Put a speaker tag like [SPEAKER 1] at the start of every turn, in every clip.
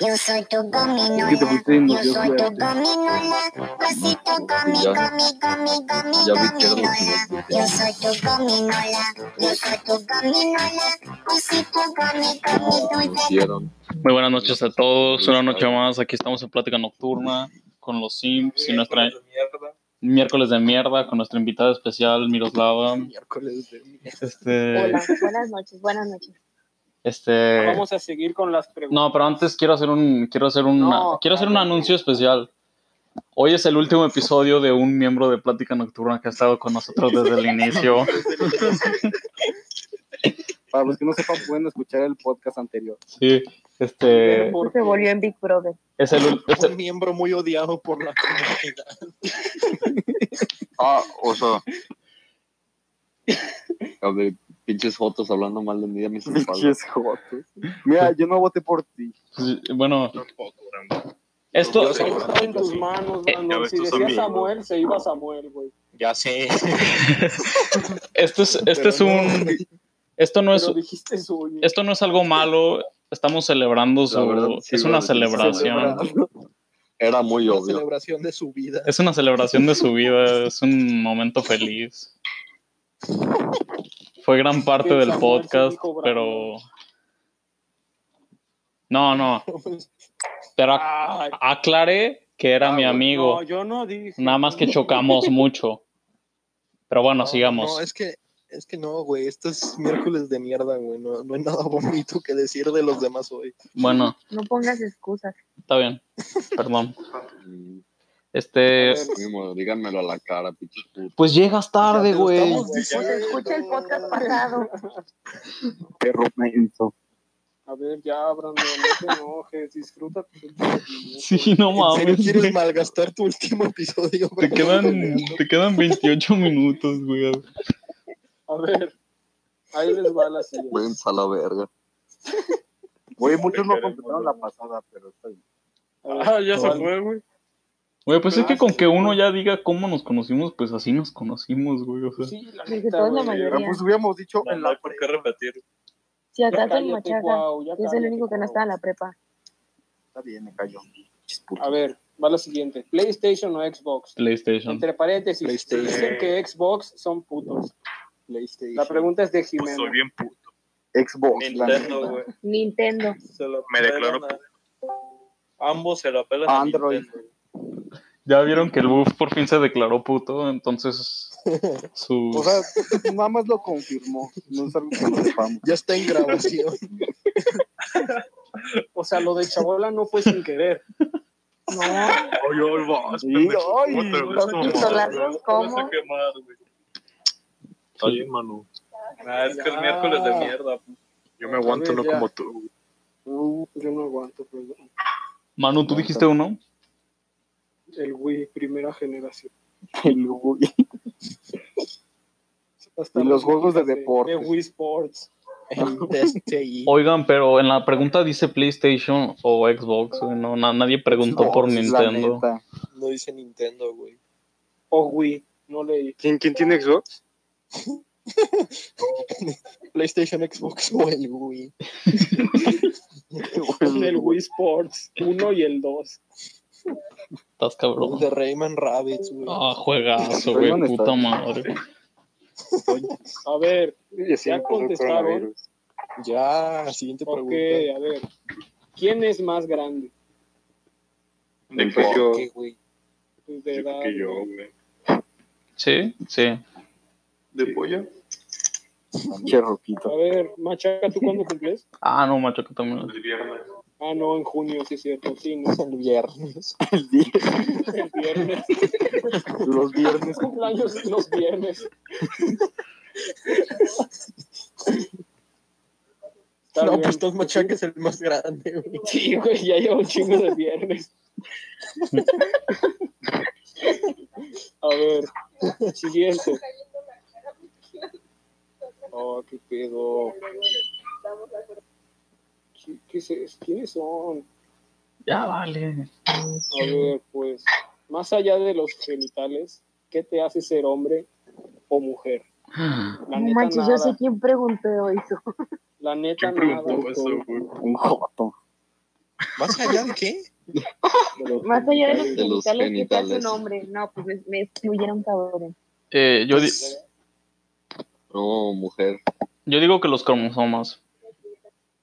[SPEAKER 1] Yo soy tu gominola.
[SPEAKER 2] ¿Qué te fuiste yendo?
[SPEAKER 1] Yo
[SPEAKER 2] Dios
[SPEAKER 1] soy tu
[SPEAKER 2] verte.
[SPEAKER 1] gominola. Pasito gomi,
[SPEAKER 3] Ya.
[SPEAKER 1] gomi, gomi, gomi,
[SPEAKER 3] Ya vi que era lo que
[SPEAKER 1] gominola. Yo soy tu gominola. Yo soy tu gominola. Pasito gomi, gomi, dulce.
[SPEAKER 3] hicieron.
[SPEAKER 4] Muy buenas noches a todos, una noche más. Aquí estamos en Plática Nocturna con los Sims y nuestra miércoles de mierda con nuestra invitada especial, Miroslava.
[SPEAKER 2] Miércoles de-
[SPEAKER 4] Este,
[SPEAKER 5] Hola, buenas noches, buenas noches.
[SPEAKER 4] este,
[SPEAKER 6] Vamos a seguir con las preguntas.
[SPEAKER 4] no, pero antes quiero hacer un, quiero hacer un,
[SPEAKER 6] No,
[SPEAKER 4] quiero hacer un anuncio especial. Hoy es el último episodio de un miembro de Plática Nocturna que ha estado con nosotros desde el inicio.
[SPEAKER 2] Para los que no sepan, pueden escuchar el podcast anterior.
[SPEAKER 4] Sí, este,
[SPEAKER 5] Se volvió en Big Brother.
[SPEAKER 4] es el, ul- es el-
[SPEAKER 7] un miembro muy odiado por la comunidad.
[SPEAKER 3] Ah, oso. A ver, pinches fotos hablando mal de mí a mis espaldas.
[SPEAKER 2] Pinches jotos. Mira, yo no voté por ti.
[SPEAKER 4] Pues, eh, bueno, esto,
[SPEAKER 7] Yo sé.
[SPEAKER 6] Está en tus manos,
[SPEAKER 4] Eh,
[SPEAKER 6] Brandon.
[SPEAKER 7] ya ves
[SPEAKER 6] Si
[SPEAKER 7] tus
[SPEAKER 6] decía
[SPEAKER 7] amigos.
[SPEAKER 6] Samuel, se iba Samuel, güey.
[SPEAKER 7] Ya sé.
[SPEAKER 4] esto es, esto
[SPEAKER 7] Pero
[SPEAKER 4] es un, esto no es,
[SPEAKER 6] Pero dijiste suyo.
[SPEAKER 4] esto no es algo malo, estamos celebrando su...
[SPEAKER 3] La verdad, sí,
[SPEAKER 4] es una
[SPEAKER 3] güey,
[SPEAKER 4] celebración.
[SPEAKER 3] celebra- Era muy
[SPEAKER 7] La
[SPEAKER 3] obvio.
[SPEAKER 7] celebración de su vida.
[SPEAKER 4] Es una celebración de su vida, es un momento feliz. Fue gran parte
[SPEAKER 6] Que
[SPEAKER 4] del
[SPEAKER 6] Samuel se
[SPEAKER 4] podcast,
[SPEAKER 6] dijo bravo.
[SPEAKER 4] pero... No, no, pero ac-
[SPEAKER 6] Ay,
[SPEAKER 4] aclaré que era
[SPEAKER 7] Ah,
[SPEAKER 4] mi
[SPEAKER 7] bueno,
[SPEAKER 4] amigo,
[SPEAKER 6] No, yo no dije.
[SPEAKER 4] nada más que chocamos mucho. Pero bueno, sigamos.
[SPEAKER 7] No, es que, es que no, güey. Esto es miércoles de mierda, güey. No, no hay nada bonito que decir de los demás hoy.
[SPEAKER 4] Bueno,
[SPEAKER 5] No pongas excusas.
[SPEAKER 4] está bien, perdón.
[SPEAKER 3] Mm,
[SPEAKER 4] Este...
[SPEAKER 3] primo, díganmelo a la cara, pinches putos.
[SPEAKER 4] Pues llegas tarde,
[SPEAKER 7] Ya te lo
[SPEAKER 4] güey.
[SPEAKER 7] estamos diciendo.
[SPEAKER 5] Escucha el podcast pasado.
[SPEAKER 2] Perro menso.
[SPEAKER 6] A ver, ya, Brandon, no te enojes. Disfruta. tu tiempo.
[SPEAKER 4] Sí, no
[SPEAKER 7] ¿En serio
[SPEAKER 4] mames. güey.
[SPEAKER 7] quieres malgastar tu último episodio,
[SPEAKER 4] Te
[SPEAKER 7] güey?
[SPEAKER 4] quedan, te quedan 28 minutos, güey.
[SPEAKER 6] A ver. Ahí les va la siguiente.
[SPEAKER 3] Váyanse a la verga.
[SPEAKER 2] Güey, muchos no contestaron la pasada, pero está bien.
[SPEAKER 6] Ah, ya
[SPEAKER 4] se
[SPEAKER 6] fue, güey.
[SPEAKER 4] Güey, pues es que con que uno ya diga cómo nos conocimos, pues así nos conocimos, güey. O sea,
[SPEAKER 6] Sí, la
[SPEAKER 5] Porque
[SPEAKER 6] neta,
[SPEAKER 5] todos la
[SPEAKER 6] güey.
[SPEAKER 5] mayoría.
[SPEAKER 2] Ah, Pues hubiéramos dicho en la
[SPEAKER 8] ¿Por qué repetir?
[SPEAKER 5] Si
[SPEAKER 6] Ya
[SPEAKER 5] acaso el
[SPEAKER 6] cállate,
[SPEAKER 5] machaca
[SPEAKER 6] guau, ya
[SPEAKER 5] es el
[SPEAKER 6] cállate,
[SPEAKER 5] único que no
[SPEAKER 6] guau.
[SPEAKER 5] está en la prepa.
[SPEAKER 2] Está bien, me cayó. Pinches
[SPEAKER 6] A
[SPEAKER 2] putos.
[SPEAKER 6] ver, va la siguiente. PlayStation o Xbox.
[SPEAKER 4] PlayStation.
[SPEAKER 6] Entre paréntesis,
[SPEAKER 7] PlayStation.
[SPEAKER 6] dicen que Xbox son putos.
[SPEAKER 7] PlayStation.
[SPEAKER 6] La pregunta es de
[SPEAKER 8] Pues soy
[SPEAKER 6] Jimena.
[SPEAKER 8] bien puto.
[SPEAKER 2] Xbox, la
[SPEAKER 8] Nintendo,
[SPEAKER 2] neta.
[SPEAKER 8] güey.
[SPEAKER 5] Nintendo.
[SPEAKER 8] Se lo
[SPEAKER 3] Me declaro
[SPEAKER 8] pelan a- Ambos se lo pelan
[SPEAKER 2] Android.
[SPEAKER 4] Ya vieron que el buff por fin se declaró puto, entonces su...
[SPEAKER 2] O sea, nada más lo confirmó. No es algo que no sepamos.
[SPEAKER 7] Ya está en grabación.
[SPEAKER 6] O sea, lo de Chabola no fue sin querer.
[SPEAKER 5] No,
[SPEAKER 8] Oye, oye, vas,
[SPEAKER 2] Sí,
[SPEAKER 8] pendejo.
[SPEAKER 2] ay,
[SPEAKER 8] ¿Cómo te
[SPEAKER 2] los
[SPEAKER 8] ves como
[SPEAKER 5] pistolazos,
[SPEAKER 8] madre?
[SPEAKER 5] ¿cómo?
[SPEAKER 8] Te vas a quemar, güey. Está bien, Manu. Nah, es que es
[SPEAKER 6] Ya.
[SPEAKER 8] miércoles de mierda. Yo me
[SPEAKER 6] aguanto, no como
[SPEAKER 8] tú.
[SPEAKER 6] No, pues, yo no aguanto, perdón.
[SPEAKER 4] Manu, ¿tú dijiste uno?
[SPEAKER 6] El Wii, primera generación.
[SPEAKER 2] El güey.
[SPEAKER 6] Hasta
[SPEAKER 2] Y los
[SPEAKER 6] las
[SPEAKER 2] juegos de
[SPEAKER 6] notitas
[SPEAKER 2] deportes.
[SPEAKER 6] De Wii Sports.
[SPEAKER 7] Este
[SPEAKER 4] Oigan, pero en la pregunta dice PlayStation o Xbox, güey, no, na- nadie preguntó por
[SPEAKER 2] Xbox, la
[SPEAKER 4] Nintendo.
[SPEAKER 2] neta.
[SPEAKER 7] no dice Nintendo, güey.
[SPEAKER 6] O Wii, no leí.
[SPEAKER 2] ¿Quién, ¿Quién tiene Xbox?
[SPEAKER 7] PlayStation, Xbox o el Wii.
[SPEAKER 6] Con el Wii Sports 1 y el 2.
[SPEAKER 4] Estás cabrón.
[SPEAKER 7] De Rayman Rabbits, güey.
[SPEAKER 4] Ah, juegazo,
[SPEAKER 2] Estoy
[SPEAKER 4] güey,
[SPEAKER 2] honesto.
[SPEAKER 4] puta madre.
[SPEAKER 6] A ver,
[SPEAKER 2] Ya
[SPEAKER 6] contestaron.
[SPEAKER 7] Ya, siguiente
[SPEAKER 6] ok,
[SPEAKER 7] pregunta.
[SPEAKER 6] a ver. ¿Quién es más grande
[SPEAKER 8] De
[SPEAKER 3] que
[SPEAKER 8] pues, yo.
[SPEAKER 7] ¿Qué, güey?
[SPEAKER 6] Pues, de edad?
[SPEAKER 8] que yo,
[SPEAKER 6] güey?
[SPEAKER 8] güey.
[SPEAKER 4] Sí, sí.
[SPEAKER 8] ¿De polla?
[SPEAKER 2] Cherroquito.
[SPEAKER 6] A ver, Machaca, ¿tú cuándo cumples?
[SPEAKER 4] Ah, no, macho, que también.
[SPEAKER 8] El viernes.
[SPEAKER 6] Ah, no, en junio, sí es cierto. Sí, no,
[SPEAKER 7] El viernes.
[SPEAKER 2] El día-
[SPEAKER 6] el viernes.
[SPEAKER 2] Los viernes.
[SPEAKER 6] cumpleaños los viernes. Está
[SPEAKER 7] No,
[SPEAKER 6] bien.
[SPEAKER 7] pues Tom Machaca es el más grande, güey.
[SPEAKER 6] Sí, güey, ya lleva un chingo de viernes. A ver, siguiente. Oh, qué pedo. ¿Qui- qué es- ¿Quiénes son?
[SPEAKER 4] Ya vale.
[SPEAKER 6] A ver, pues, más allá de los genitales, ¿qué te hace ser hombre o mujer? La
[SPEAKER 5] no
[SPEAKER 6] neta,
[SPEAKER 5] manches, yo
[SPEAKER 6] nada.
[SPEAKER 5] sé quién preguntó eso.
[SPEAKER 6] La neta,
[SPEAKER 8] ¿Quién
[SPEAKER 6] nada.
[SPEAKER 8] preguntó eso, güey?
[SPEAKER 2] Un joto.
[SPEAKER 7] ¿Más allá de qué?
[SPEAKER 6] de los
[SPEAKER 5] Más allá de los
[SPEAKER 3] De los
[SPEAKER 5] genitales, ¿qué tal su
[SPEAKER 3] genitales.
[SPEAKER 5] nombre? No, pues me, me excluyeron cabrón.
[SPEAKER 4] Eh, yo, di-
[SPEAKER 2] Pues,
[SPEAKER 3] No, mujer.
[SPEAKER 4] yo digo que los cromosomas.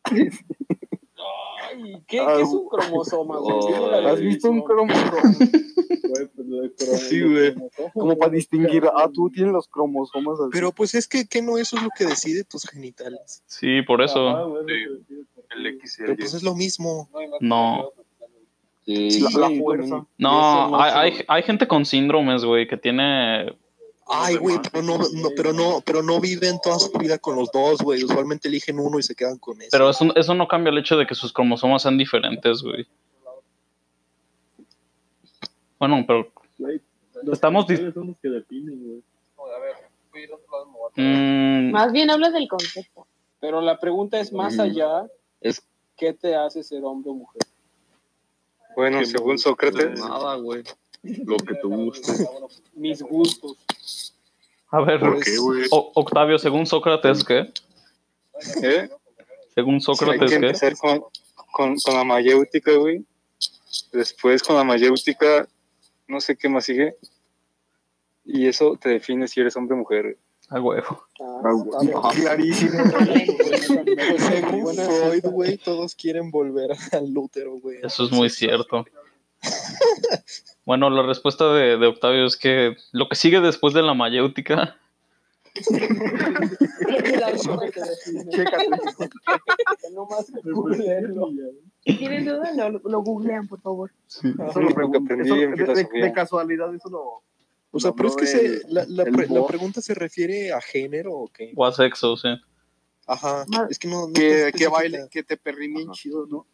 [SPEAKER 6] Ay, ¿Qué, qué es un cromosoma, güey?
[SPEAKER 3] Oh,
[SPEAKER 6] Dime la
[SPEAKER 2] ¿Has visto un
[SPEAKER 6] definición.
[SPEAKER 2] cromosoma?
[SPEAKER 6] Güey, pues, lo de cromo-
[SPEAKER 2] Sí, güey.
[SPEAKER 6] cromosoma,
[SPEAKER 2] Como para
[SPEAKER 6] güey.
[SPEAKER 2] distinguir, ah, tú tienes los cromosomas así.
[SPEAKER 7] Pero pues es que, que no eso es lo que decide tus genitales.
[SPEAKER 4] Sí, por
[SPEAKER 6] Ajá,
[SPEAKER 4] eso.
[SPEAKER 6] güey,
[SPEAKER 8] Sí.
[SPEAKER 6] lo que-
[SPEAKER 8] El X y
[SPEAKER 7] Pero
[SPEAKER 8] el
[SPEAKER 7] pues
[SPEAKER 8] Y.
[SPEAKER 7] es lo mismo.
[SPEAKER 6] No, hay más
[SPEAKER 4] No.
[SPEAKER 3] Sí,
[SPEAKER 7] Sí,
[SPEAKER 3] sí,
[SPEAKER 2] la
[SPEAKER 3] también.
[SPEAKER 2] fuerza.
[SPEAKER 4] No, hay, hay, hay gente con síndromes, güey, que tiene...
[SPEAKER 7] Ay, güey, pero no, no, pero no, pero no viven toda su vida con los dos, güey. Usualmente eligen uno y se quedan con eso.
[SPEAKER 4] Pero eso, eso no cambia el hecho de que sus cromosomas sean diferentes, güey. Bueno, pero... Estamos dis-
[SPEAKER 8] Son los que definen, güey.
[SPEAKER 6] A ver, fui del otro lado, me voy a-
[SPEAKER 4] mm,
[SPEAKER 5] Más bien hablas del concepto.
[SPEAKER 6] Pero la pregunta es más
[SPEAKER 3] Mm.
[SPEAKER 6] allá,
[SPEAKER 3] Es
[SPEAKER 6] ¿qué te hace ser hombre o mujer?
[SPEAKER 8] Bueno, según Sócrates,
[SPEAKER 3] nada, güey. Lo que tú gustes.
[SPEAKER 6] Mis gustos.
[SPEAKER 4] a ver,
[SPEAKER 7] Pues,
[SPEAKER 8] ¿por qué, güey?
[SPEAKER 4] O- Octavio, según Sócrates, ¿qué?
[SPEAKER 8] ¿Eh?
[SPEAKER 4] Según
[SPEAKER 8] Hay que
[SPEAKER 4] Sócrates, ¿qué?
[SPEAKER 8] empezar con, con, con la mayéutica, güey. Después con la mayéutica, no sé qué más sigue. Y eso te define si eres hombre o mujer. güey.
[SPEAKER 4] A huevo.
[SPEAKER 2] Ah, güey, Clarísimo.
[SPEAKER 7] Pues, según Freud, güey, todos quieren volver al útero, güey.
[SPEAKER 4] Eso es muy cierto. Bueno, la respuesta de, de Octavio es que lo que sigue después de la mayéutica,
[SPEAKER 6] No más que googlearlo.
[SPEAKER 5] Si tienen duda, lo, lo googlean, por favor.
[SPEAKER 2] Eso lo pregunté.
[SPEAKER 8] aprendí
[SPEAKER 2] eso-
[SPEAKER 8] en
[SPEAKER 2] de- de,
[SPEAKER 8] filosofía.
[SPEAKER 2] de casualidad, eso lo.
[SPEAKER 7] O sea,
[SPEAKER 2] No,
[SPEAKER 7] pero es
[SPEAKER 2] no,
[SPEAKER 7] que se,
[SPEAKER 2] el-
[SPEAKER 7] la, la
[SPEAKER 2] el
[SPEAKER 7] pre- la
[SPEAKER 2] bo-
[SPEAKER 7] pregunta se refiere a género o qué.
[SPEAKER 4] o a sexo, sí.
[SPEAKER 7] Ajá.
[SPEAKER 5] Ma-
[SPEAKER 7] Es que no. no está
[SPEAKER 2] Que, que
[SPEAKER 7] especificado.
[SPEAKER 2] baile, que te perrin bien chido, ¿no?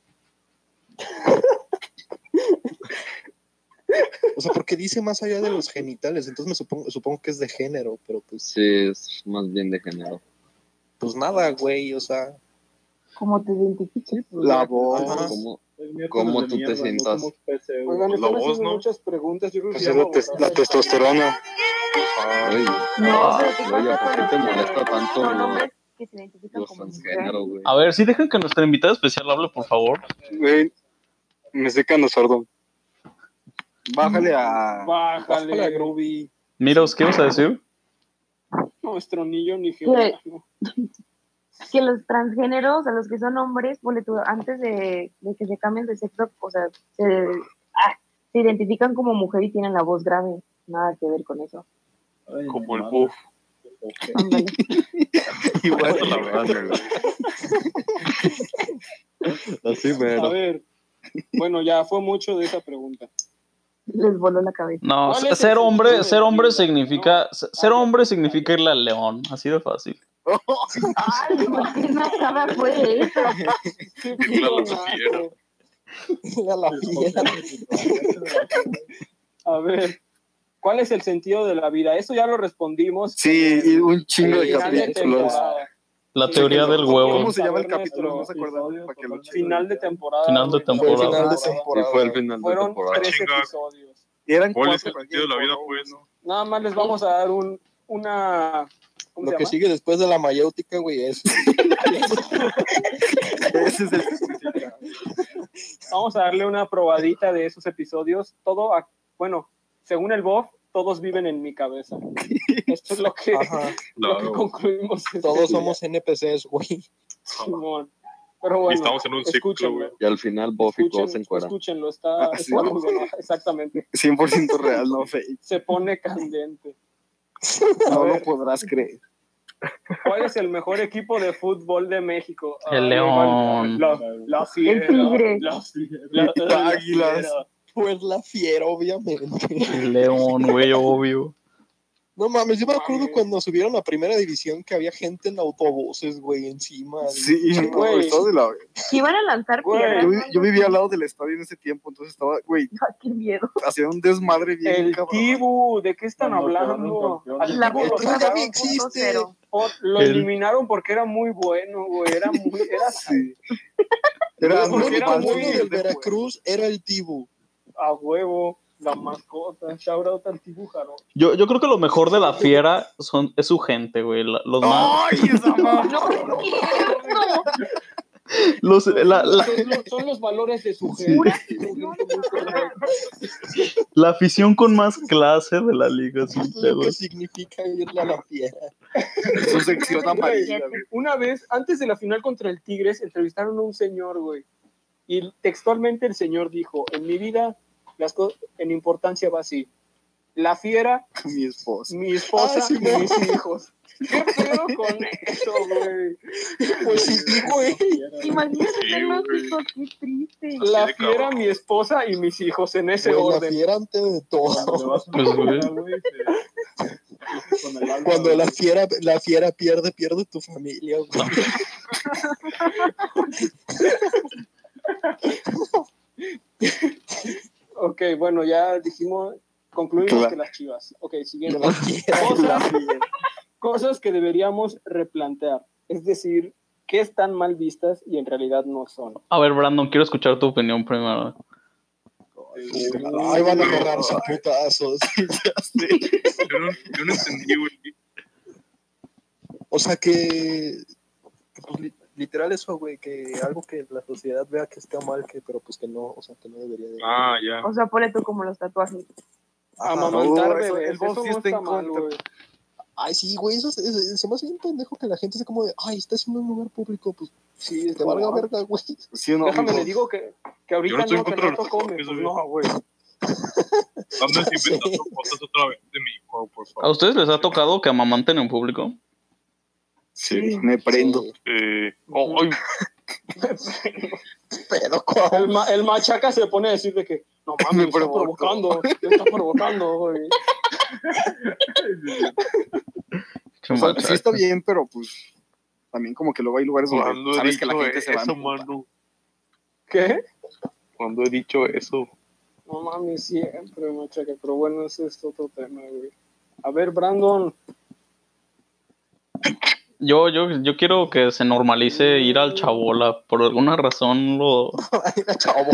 [SPEAKER 7] O sea, porque dice más allá de los genitales. Entonces me supongo, supongo que es de género, pero pues,
[SPEAKER 3] Sí, es más bien de género.
[SPEAKER 7] pues nada, güey. O sea,
[SPEAKER 5] Como te identifiques.
[SPEAKER 2] La voz.
[SPEAKER 7] Ajá.
[SPEAKER 3] ¿Cómo? ¿Cómo tú te sientas?
[SPEAKER 6] Oigan,
[SPEAKER 8] La
[SPEAKER 6] están
[SPEAKER 8] voz,
[SPEAKER 6] haciendo
[SPEAKER 8] ¿no?
[SPEAKER 6] muchas preguntas. Yo creo que
[SPEAKER 8] Pues
[SPEAKER 6] ya
[SPEAKER 8] es la,
[SPEAKER 6] vamos a
[SPEAKER 8] tes- la
[SPEAKER 6] acabar.
[SPEAKER 8] testosterona.
[SPEAKER 3] Ay,
[SPEAKER 5] No, pero ¿qué
[SPEAKER 3] oye,
[SPEAKER 5] pasa
[SPEAKER 3] Ah, ¿por qué te
[SPEAKER 5] con los
[SPEAKER 3] molesta
[SPEAKER 5] que
[SPEAKER 3] tanto
[SPEAKER 5] Son
[SPEAKER 3] lo-
[SPEAKER 5] hombres que se identifican
[SPEAKER 3] los
[SPEAKER 5] como
[SPEAKER 3] transgénero, güey?
[SPEAKER 2] Ah,
[SPEAKER 4] A ver, si dejan que nuestra invitada especial hable, por favor.
[SPEAKER 8] Güey, me estoy quedando sordo.
[SPEAKER 2] Bájale a.
[SPEAKER 7] bájale a
[SPEAKER 6] Bájale,
[SPEAKER 7] Groovy.
[SPEAKER 4] Miros, ¿qué ibas a decir?
[SPEAKER 6] nuestro niño nigeriano.
[SPEAKER 5] que los transgéneros, a los que son hombres, ponle tú, antes de, de que se cambien de sexo, o sea, se, ah, se identifican como mujer y tienen la voz grave. Nada que ver con eso.
[SPEAKER 8] Como el puff.
[SPEAKER 5] Ándale.
[SPEAKER 2] Igual.
[SPEAKER 3] Así,
[SPEAKER 6] A ver, bueno, ya fue mucho de esa pregunta.
[SPEAKER 5] Les voló la cabeza.
[SPEAKER 4] No,
[SPEAKER 6] ¿Cuál es
[SPEAKER 4] ser
[SPEAKER 6] el sentido
[SPEAKER 4] hombre,
[SPEAKER 6] de
[SPEAKER 4] ser
[SPEAKER 6] la
[SPEAKER 4] hombre
[SPEAKER 6] vida?
[SPEAKER 4] significa, ser
[SPEAKER 6] Ah,
[SPEAKER 4] hombre
[SPEAKER 6] ya.
[SPEAKER 4] significa irle al león, así de fácil.
[SPEAKER 5] Ay, ¿por qué no acaba, güey?
[SPEAKER 6] Sí,
[SPEAKER 8] Irle a la
[SPEAKER 6] naco.
[SPEAKER 8] fiera.
[SPEAKER 7] A la fiera.
[SPEAKER 6] A ver, ¿cuál es el sentido de la vida? Eso ya lo respondimos.
[SPEAKER 2] Sí, y un chingo de
[SPEAKER 6] Final de
[SPEAKER 2] capítulos.
[SPEAKER 6] temporada.
[SPEAKER 4] La
[SPEAKER 6] Sí,
[SPEAKER 4] teoría
[SPEAKER 6] sí,
[SPEAKER 4] del
[SPEAKER 6] sí.
[SPEAKER 4] huevo.
[SPEAKER 2] ¿Cómo se llama el
[SPEAKER 6] Saber
[SPEAKER 2] capítulo? No se
[SPEAKER 6] nuestro
[SPEAKER 2] acuerdan. Para que lo chequen.
[SPEAKER 6] Final de temporada.
[SPEAKER 4] Final de
[SPEAKER 6] güey. Pues,
[SPEAKER 4] temporada.
[SPEAKER 7] Fue final
[SPEAKER 6] Ah,
[SPEAKER 7] de temporada.
[SPEAKER 3] fue el final de
[SPEAKER 6] Fueron
[SPEAKER 3] temporada.
[SPEAKER 6] tres
[SPEAKER 8] Chinga.
[SPEAKER 6] episodios.
[SPEAKER 2] Eran
[SPEAKER 8] ¿Cuál es
[SPEAKER 2] cuatro
[SPEAKER 8] el sentido de la vida,
[SPEAKER 2] capítulos,
[SPEAKER 8] pues?
[SPEAKER 2] ¿no?
[SPEAKER 6] Nada más
[SPEAKER 2] Ah.
[SPEAKER 6] les vamos a dar un, una... ¿Cómo
[SPEAKER 7] Lo
[SPEAKER 6] se
[SPEAKER 7] que
[SPEAKER 6] llama?
[SPEAKER 7] sigue después de la mayéutica, güey, es.
[SPEAKER 8] pues.
[SPEAKER 2] Ese es el.
[SPEAKER 6] Vamos a darle una probadita de esos episodios. Todo, a- bueno, según el Bob, todos viven en mi cabeza. Esto es lo que,
[SPEAKER 7] Ajá.
[SPEAKER 6] lo que concluimos. este
[SPEAKER 7] Todos
[SPEAKER 6] día,
[SPEAKER 7] somos NPCs, güey.
[SPEAKER 6] Simón. Pero
[SPEAKER 8] Y
[SPEAKER 6] bueno,
[SPEAKER 8] estamos en un ciclo,
[SPEAKER 6] escúchenlo.
[SPEAKER 8] güey.
[SPEAKER 3] Y al final Buffy
[SPEAKER 6] Escuchen-
[SPEAKER 3] todo se encuera.
[SPEAKER 6] escúchenlo, está,
[SPEAKER 2] Ah, sí.
[SPEAKER 6] está muy bueno, exactamente.
[SPEAKER 2] 100% real, no fake.
[SPEAKER 6] Se pone candente.
[SPEAKER 2] No lo podrás creer.
[SPEAKER 6] ¿Cuál es el mejor equipo de fútbol de México?
[SPEAKER 4] El
[SPEAKER 6] Ah,
[SPEAKER 4] León.
[SPEAKER 6] La, la fiera.
[SPEAKER 5] El Tigre.
[SPEAKER 6] La, la- la
[SPEAKER 2] Águilas.
[SPEAKER 6] fiera.
[SPEAKER 7] Pues la fiera, obviamente.
[SPEAKER 4] El león, güey, obvio.
[SPEAKER 7] No mames, yo me acuerdo
[SPEAKER 6] Mames.
[SPEAKER 7] cuando subieron a primera división que había gente en autobuses, güey, encima.
[SPEAKER 2] Sí,
[SPEAKER 7] güey.
[SPEAKER 2] no, estaba de la
[SPEAKER 5] Que iban a lanzar
[SPEAKER 6] Güey,
[SPEAKER 5] piedras.
[SPEAKER 2] Yo, vi- yo vivía al lado del estadio en ese tiempo, entonces estaba, güey,
[SPEAKER 5] Ay, qué miedo.
[SPEAKER 2] hacía un desmadre bien
[SPEAKER 6] El
[SPEAKER 2] cabrón.
[SPEAKER 6] Tibu, ¿de qué están
[SPEAKER 8] Cuando quedaron
[SPEAKER 6] hablando?
[SPEAKER 8] campeones.
[SPEAKER 6] Al
[SPEAKER 5] La
[SPEAKER 6] Tibu lo
[SPEAKER 5] voz
[SPEAKER 7] todavía
[SPEAKER 6] sacaron,
[SPEAKER 7] existe.
[SPEAKER 6] o- Lo
[SPEAKER 4] El-
[SPEAKER 6] eliminaron porque era muy bueno, güey. Era muy. Era,
[SPEAKER 2] Sí. Era
[SPEAKER 6] Yo
[SPEAKER 7] El
[SPEAKER 6] porque
[SPEAKER 2] muy
[SPEAKER 6] era
[SPEAKER 7] único
[SPEAKER 2] mal,
[SPEAKER 6] muy
[SPEAKER 7] bueno
[SPEAKER 2] sí,
[SPEAKER 7] del
[SPEAKER 2] el de-
[SPEAKER 7] Veracruz era el Tibu.
[SPEAKER 6] a huevo, la mascota. Shout out al Tibu Jaro.
[SPEAKER 4] Yo, yo creo que lo mejor de la fiera
[SPEAKER 6] ¡Ah!
[SPEAKER 4] son, es su gente, güey. la- Los más,
[SPEAKER 2] ¡Ay, esa
[SPEAKER 5] No,
[SPEAKER 2] mamá!
[SPEAKER 5] no, no.
[SPEAKER 4] Los, la, la,
[SPEAKER 6] Son, los, son los valores de su
[SPEAKER 4] Sí.
[SPEAKER 6] gente.
[SPEAKER 5] Pura
[SPEAKER 4] la afición con más clase de la liga. sí,
[SPEAKER 7] Es
[SPEAKER 4] te-
[SPEAKER 7] lo que significa irle a la fiera.
[SPEAKER 2] Su sección amarilla. güey.
[SPEAKER 6] Una vez, antes de la final contra el Tigres, entrevistaron a un señor, güey. Y textualmente el señor dijo, en mi vida, las cosas en importancia va así. La fiera,
[SPEAKER 7] Mi esposa.
[SPEAKER 6] mi esposa
[SPEAKER 7] Ah, sí,
[SPEAKER 6] y
[SPEAKER 7] no.
[SPEAKER 6] mis hijos. ¿Qué pedo con eso, güey?
[SPEAKER 7] Pues sí, güey.
[SPEAKER 5] Imagínate
[SPEAKER 9] Sí,
[SPEAKER 5] ser
[SPEAKER 9] güey.
[SPEAKER 5] lógico, qué triste.
[SPEAKER 6] La
[SPEAKER 9] de
[SPEAKER 6] fiera,
[SPEAKER 9] cabrón.
[SPEAKER 6] mi esposa y mis hijos, en ese
[SPEAKER 7] Güey, la
[SPEAKER 6] orden.
[SPEAKER 7] fiera antes de todo.
[SPEAKER 4] Pues, güey.
[SPEAKER 7] Cuando la fiera, la fiera pierde, pierde tu familia, güey.
[SPEAKER 6] Ok, bueno, ya dijimos, concluimos
[SPEAKER 8] Claro.
[SPEAKER 6] que las chivas. Ok, siguiente.
[SPEAKER 7] La fiera.
[SPEAKER 6] cosas, cosas que deberíamos replantear. Es decir, que están mal vistas y en realidad no son.
[SPEAKER 4] A ver, Brandon, quiero escuchar tu opinión primero.
[SPEAKER 7] Ahí Este, van a agarrarse a putazos.
[SPEAKER 9] Yo no, yo no entendí, güey.
[SPEAKER 7] O sea que, que, pues, li- literal eso, güey, que algo que la sociedad vea que está mal, que pero pues que no, o sea, que no debería de.
[SPEAKER 9] Ah, ya.
[SPEAKER 5] O sea, ponle tú como los tatuajes.
[SPEAKER 7] Ajá.
[SPEAKER 6] Amamantar
[SPEAKER 2] no, eso-
[SPEAKER 6] bebés,
[SPEAKER 2] el boss
[SPEAKER 6] eso
[SPEAKER 2] sí
[SPEAKER 6] no
[SPEAKER 2] está
[SPEAKER 6] está
[SPEAKER 2] en
[SPEAKER 6] mal,
[SPEAKER 2] contra.
[SPEAKER 6] güey.
[SPEAKER 7] Ay, sí, güey, eso es- es- se me hace bien pendejo que la gente se como de, ay, estás en un lugar público, pues
[SPEAKER 6] Sí,
[SPEAKER 7] te
[SPEAKER 6] está
[SPEAKER 7] valga
[SPEAKER 6] mal.
[SPEAKER 7] verga, güey.
[SPEAKER 2] Sí, no,
[SPEAKER 6] Déjame
[SPEAKER 2] no.
[SPEAKER 6] le digo que, que
[SPEAKER 9] Yo no
[SPEAKER 6] ahorita
[SPEAKER 9] estoy
[SPEAKER 6] no,
[SPEAKER 9] en
[SPEAKER 6] que
[SPEAKER 9] contra de
[SPEAKER 6] no
[SPEAKER 9] los
[SPEAKER 6] tocó, me-
[SPEAKER 9] tatuajes,
[SPEAKER 6] pues
[SPEAKER 9] güey.
[SPEAKER 6] no, güey.
[SPEAKER 9] Andas inventando cosas otra vez de mi hijo, por
[SPEAKER 4] ¿A
[SPEAKER 9] favor.
[SPEAKER 4] ustedes les ha tocado que amamanten en público?
[SPEAKER 8] Sí, me prendo.
[SPEAKER 7] Sí,
[SPEAKER 9] Eh, oh, ay,
[SPEAKER 7] pero ¿cómo?
[SPEAKER 6] El, ma- el machaca se pone a decir de que, no mames, me está provocando, me está provocando, güey.
[SPEAKER 4] Che,
[SPEAKER 2] O sea,
[SPEAKER 4] macha.
[SPEAKER 2] sí está bien, pero pues también como que luego hay lugares
[SPEAKER 9] cuando
[SPEAKER 2] donde
[SPEAKER 9] he
[SPEAKER 2] sabes que
[SPEAKER 9] dicho
[SPEAKER 2] la gente se va.
[SPEAKER 9] eso, mano.
[SPEAKER 6] ¿Qué?
[SPEAKER 9] Cuando he dicho eso.
[SPEAKER 6] No mames, siempre, machaca. Pero bueno, ese es otro tema, güey. A ver, Brandon,
[SPEAKER 4] Yo, yo, yo quiero que se normalice ir al chabola. Por alguna razón lo,
[SPEAKER 7] Mira, chavo.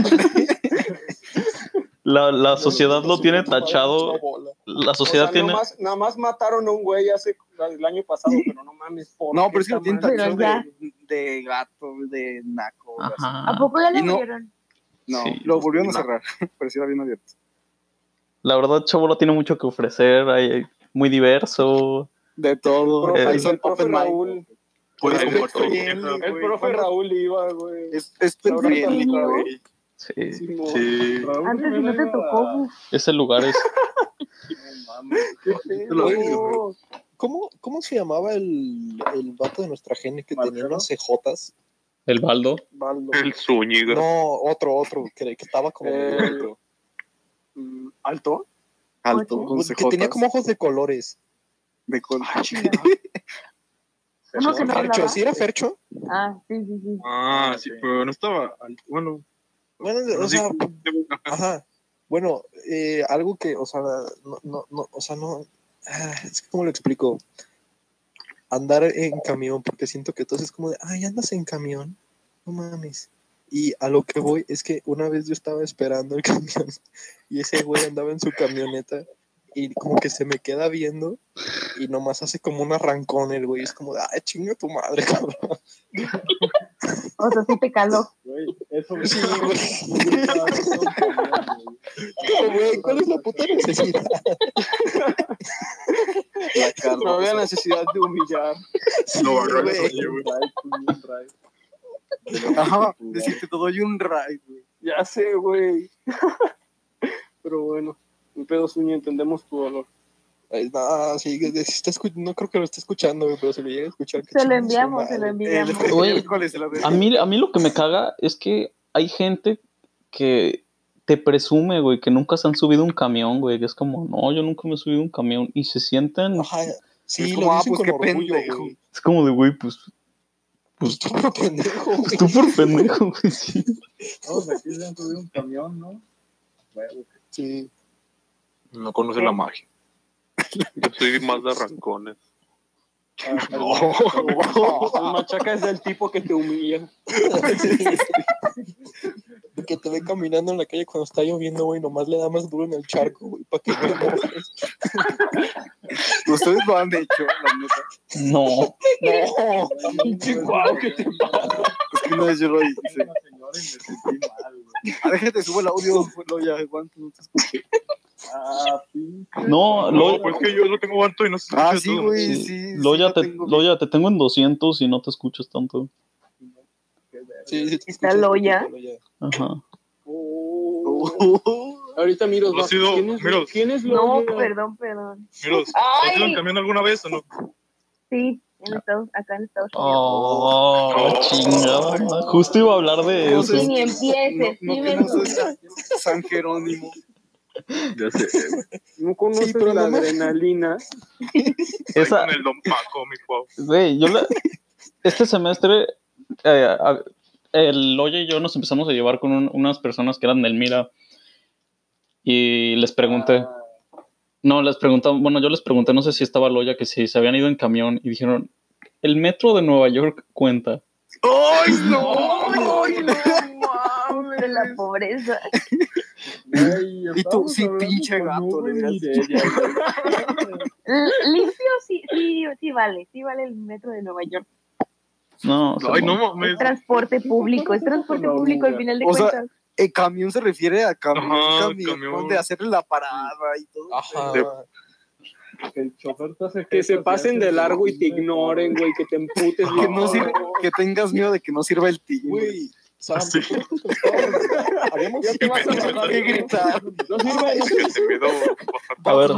[SPEAKER 4] la, la sociedad lo tiene tachado.
[SPEAKER 7] Chabola.
[SPEAKER 4] La
[SPEAKER 6] O
[SPEAKER 4] sociedad
[SPEAKER 6] sea,
[SPEAKER 4] tiene...
[SPEAKER 6] nada, más, nada más mataron a un güey hace el año pasado, pero no mames. ¿por
[SPEAKER 2] No,
[SPEAKER 6] qué
[SPEAKER 2] pero es que lo
[SPEAKER 6] está
[SPEAKER 2] tienen
[SPEAKER 6] mal?
[SPEAKER 5] Pero
[SPEAKER 2] tachado
[SPEAKER 5] ya.
[SPEAKER 2] de, de gato, de naco. o así.
[SPEAKER 4] Ajá.
[SPEAKER 5] ¿A poco ya le
[SPEAKER 2] Y no-
[SPEAKER 5] murieron?
[SPEAKER 2] No,
[SPEAKER 4] Sí.
[SPEAKER 2] lo volvieron a
[SPEAKER 9] No.
[SPEAKER 2] cerrar, pero sí era bien abierto.
[SPEAKER 4] La verdad, Chabola tiene mucho que ofrecer, hay- muy diverso.
[SPEAKER 2] De todo.
[SPEAKER 4] Eh,
[SPEAKER 6] Profe-
[SPEAKER 2] Ahí
[SPEAKER 6] el
[SPEAKER 2] son
[SPEAKER 6] profe
[SPEAKER 2] open mic.
[SPEAKER 6] Raúl,
[SPEAKER 2] Por
[SPEAKER 9] Ahí
[SPEAKER 2] eso me
[SPEAKER 9] está
[SPEAKER 2] estoy
[SPEAKER 9] todo.
[SPEAKER 2] yendo,
[SPEAKER 9] El
[SPEAKER 6] el
[SPEAKER 2] güey.
[SPEAKER 6] profe Raúl iba, güey.
[SPEAKER 2] Es, es
[SPEAKER 6] Ahora
[SPEAKER 2] pendiente,
[SPEAKER 5] está
[SPEAKER 2] güey.
[SPEAKER 4] Sí.
[SPEAKER 6] Simón.
[SPEAKER 9] Sí.
[SPEAKER 6] Raúl
[SPEAKER 5] Antes si no te
[SPEAKER 6] Rivera.
[SPEAKER 5] tocó, uf,
[SPEAKER 4] Ese lugar es...
[SPEAKER 6] Qué
[SPEAKER 2] lo
[SPEAKER 6] pedo.
[SPEAKER 2] digo,
[SPEAKER 7] ¿Cómo, ¿Cómo se llamaba el, el vato de nuestra gene que tenía unas cejotas?
[SPEAKER 4] El baldo.
[SPEAKER 7] Baldo.
[SPEAKER 9] El Zúñiga.
[SPEAKER 7] No, otro, otro, que, que estaba como...
[SPEAKER 6] Eh,
[SPEAKER 7] gordito.
[SPEAKER 6] Mm,
[SPEAKER 2] Alto.
[SPEAKER 5] Oye.
[SPEAKER 2] Alto, con
[SPEAKER 7] que tenía
[SPEAKER 2] cejotas,
[SPEAKER 7] como ojos de colores.
[SPEAKER 2] de col-
[SPEAKER 5] uno que no
[SPEAKER 7] Fercho,
[SPEAKER 5] hablaba.
[SPEAKER 7] ¿sí era Fercho?
[SPEAKER 5] Ah, sí, sí, sí.
[SPEAKER 9] Ah, sí, pero no estaba. alto. Bueno,
[SPEAKER 7] Bueno,
[SPEAKER 9] no
[SPEAKER 7] o
[SPEAKER 9] sé.
[SPEAKER 7] sea, Ajá. Bueno, eh, algo que, o sea, no, no, no, o sea, no, ah, es que cómo lo explico. Andar en camión, porque siento que entonces es como de, ay, andas en camión, no mames. Y a lo que voy es que una vez yo estaba esperando el camión y ese güey andaba en su camioneta y como que se me queda viendo y nomás hace como un arrancón el güey. Es como de, ay, chinga tu madre, cabrón.
[SPEAKER 5] O sea, sí te caló.
[SPEAKER 7] Sí, güey. Pero, güey, ¿cuál es la puta necesidad?
[SPEAKER 2] la carne.
[SPEAKER 6] No había necesidad de humillar.
[SPEAKER 7] Sí,
[SPEAKER 9] No, no,
[SPEAKER 7] güey.
[SPEAKER 2] Ajá, decir que te doy un ride, güey.
[SPEAKER 6] Ya sé, güey. Pero bueno, mi pedo suño, entendemos tu dolor.
[SPEAKER 7] Ay, no, sí, que- que si está escu- no creo que lo esté escuchando, güey, pero si lo llega a escuchar. que
[SPEAKER 5] Se lo
[SPEAKER 7] chingue su
[SPEAKER 5] enviamos, se lo
[SPEAKER 7] madre.
[SPEAKER 5] enviamos.
[SPEAKER 2] El este
[SPEAKER 4] Güey.
[SPEAKER 2] miércoles se la de-
[SPEAKER 4] A mí, a mí lo que me caga es que hay gente que te presume, güey, que nunca se han subido un camión, güey, que es como, no, yo nunca me he subido un camión y se sienten,
[SPEAKER 7] Ajá, sí,
[SPEAKER 2] Es
[SPEAKER 7] lo
[SPEAKER 2] como, ah,
[SPEAKER 7] dicen
[SPEAKER 2] pues,
[SPEAKER 7] con
[SPEAKER 2] qué
[SPEAKER 7] orgullo,
[SPEAKER 2] pendejo.
[SPEAKER 7] güey.
[SPEAKER 4] es como de, güey, pues,
[SPEAKER 7] Pues tú, pendejo,
[SPEAKER 4] pues
[SPEAKER 7] güey.
[SPEAKER 4] tú por pendejo, güey, sí.
[SPEAKER 7] Sí.
[SPEAKER 9] No conoce la magia. Yo soy más de arrancones.
[SPEAKER 6] Ah, El machaca es del tipo que te humilla.
[SPEAKER 7] Que te ve caminando en la calle cuando está lloviendo, güey, nomás le da más duro en el charco, güey, para que te mojes.
[SPEAKER 2] Ustedes lo han hecho, la neta.
[SPEAKER 4] No,
[SPEAKER 7] No,
[SPEAKER 6] Pinche guau que te
[SPEAKER 2] Es que Una vez yo lo hice. Ah, déjate, subo el audio. pues, Lo ya, ¿cuántos minutos? Ah, pinche.
[SPEAKER 4] No,
[SPEAKER 9] No,
[SPEAKER 4] Loya,
[SPEAKER 9] pues que yo no tengo alto y no se
[SPEAKER 2] Ah,
[SPEAKER 9] escucha
[SPEAKER 2] sí,
[SPEAKER 9] todo.
[SPEAKER 2] güey, sí.
[SPEAKER 4] Loya,
[SPEAKER 2] sí,
[SPEAKER 4] te,
[SPEAKER 2] tengo-
[SPEAKER 4] Loya, te tengo en 200 y no te escuchas tanto.
[SPEAKER 7] Sí, sí, te
[SPEAKER 5] Está
[SPEAKER 7] escucho,
[SPEAKER 5] Loya.
[SPEAKER 7] Loya.
[SPEAKER 4] Ajá.
[SPEAKER 6] Oh.
[SPEAKER 2] Oh,
[SPEAKER 6] Ahorita miros.
[SPEAKER 9] No ha
[SPEAKER 6] va.
[SPEAKER 9] sido-
[SPEAKER 6] ¿Quién es,
[SPEAKER 9] Miros.
[SPEAKER 6] ¿quién es
[SPEAKER 5] No,
[SPEAKER 6] Loya?
[SPEAKER 5] perdón, perdón.
[SPEAKER 9] Miros, ¿has ido
[SPEAKER 5] Ay,
[SPEAKER 9] también alguna vez o no?
[SPEAKER 5] sí, en Estados, acá en Estados Unidos.
[SPEAKER 4] Oh, chingada. Justo iba a hablar de
[SPEAKER 2] No
[SPEAKER 4] eso.
[SPEAKER 2] sé.
[SPEAKER 5] Sí, ni
[SPEAKER 2] no,
[SPEAKER 5] empieces,
[SPEAKER 2] no
[SPEAKER 5] sí me
[SPEAKER 2] conoces a San Jerónimo.
[SPEAKER 9] Ya sé.
[SPEAKER 6] ¿No conoces
[SPEAKER 7] Sí, pero
[SPEAKER 6] la
[SPEAKER 7] no más.
[SPEAKER 6] adrenalina?
[SPEAKER 4] Esa,
[SPEAKER 9] Con el Don Paco, mi pavo.
[SPEAKER 4] Güey, yo la- este semestre eh, a- el Oye y yo nos empezamos a llevar con un- unas personas que eran del Mira y les pregunté,
[SPEAKER 6] Ah,
[SPEAKER 4] no, les preguntamos, bueno, yo les pregunté, no sé si estaba Loya, que si se habían ido en camión y dijeron, el metro de Nueva York cuenta.
[SPEAKER 2] ¡Ay, no!
[SPEAKER 5] ¡Ay, no mames! De la pobreza.
[SPEAKER 2] Y tú, sí, pinche gato, de veras.
[SPEAKER 5] L- Limpio sí, sí, sí vale, sí vale el metro de Nueva York.
[SPEAKER 4] No, se
[SPEAKER 9] Ay,
[SPEAKER 4] mamó.
[SPEAKER 9] no mames.
[SPEAKER 5] Es transporte público, es transporte público al final de
[SPEAKER 2] O sea,
[SPEAKER 5] cuentas.
[SPEAKER 2] El camión se refiere a camión,
[SPEAKER 9] Ajá,
[SPEAKER 2] camión,
[SPEAKER 9] camión.
[SPEAKER 2] de hacerle la parada y todo.
[SPEAKER 7] Ajá.
[SPEAKER 9] De-
[SPEAKER 6] Que se pasen de largo y te ignoren, güey, que te emputes.
[SPEAKER 2] Que,
[SPEAKER 6] bien.
[SPEAKER 2] no sirve- que tengas miedo de que no sirva el tigre.
[SPEAKER 7] Güey, o sea,
[SPEAKER 9] Sí.
[SPEAKER 7] habíamos-
[SPEAKER 6] Ya te vas a bajar,
[SPEAKER 2] Que
[SPEAKER 6] güey.
[SPEAKER 2] gritar.
[SPEAKER 6] No sirve, no
[SPEAKER 9] Que te me da
[SPEAKER 4] a ver,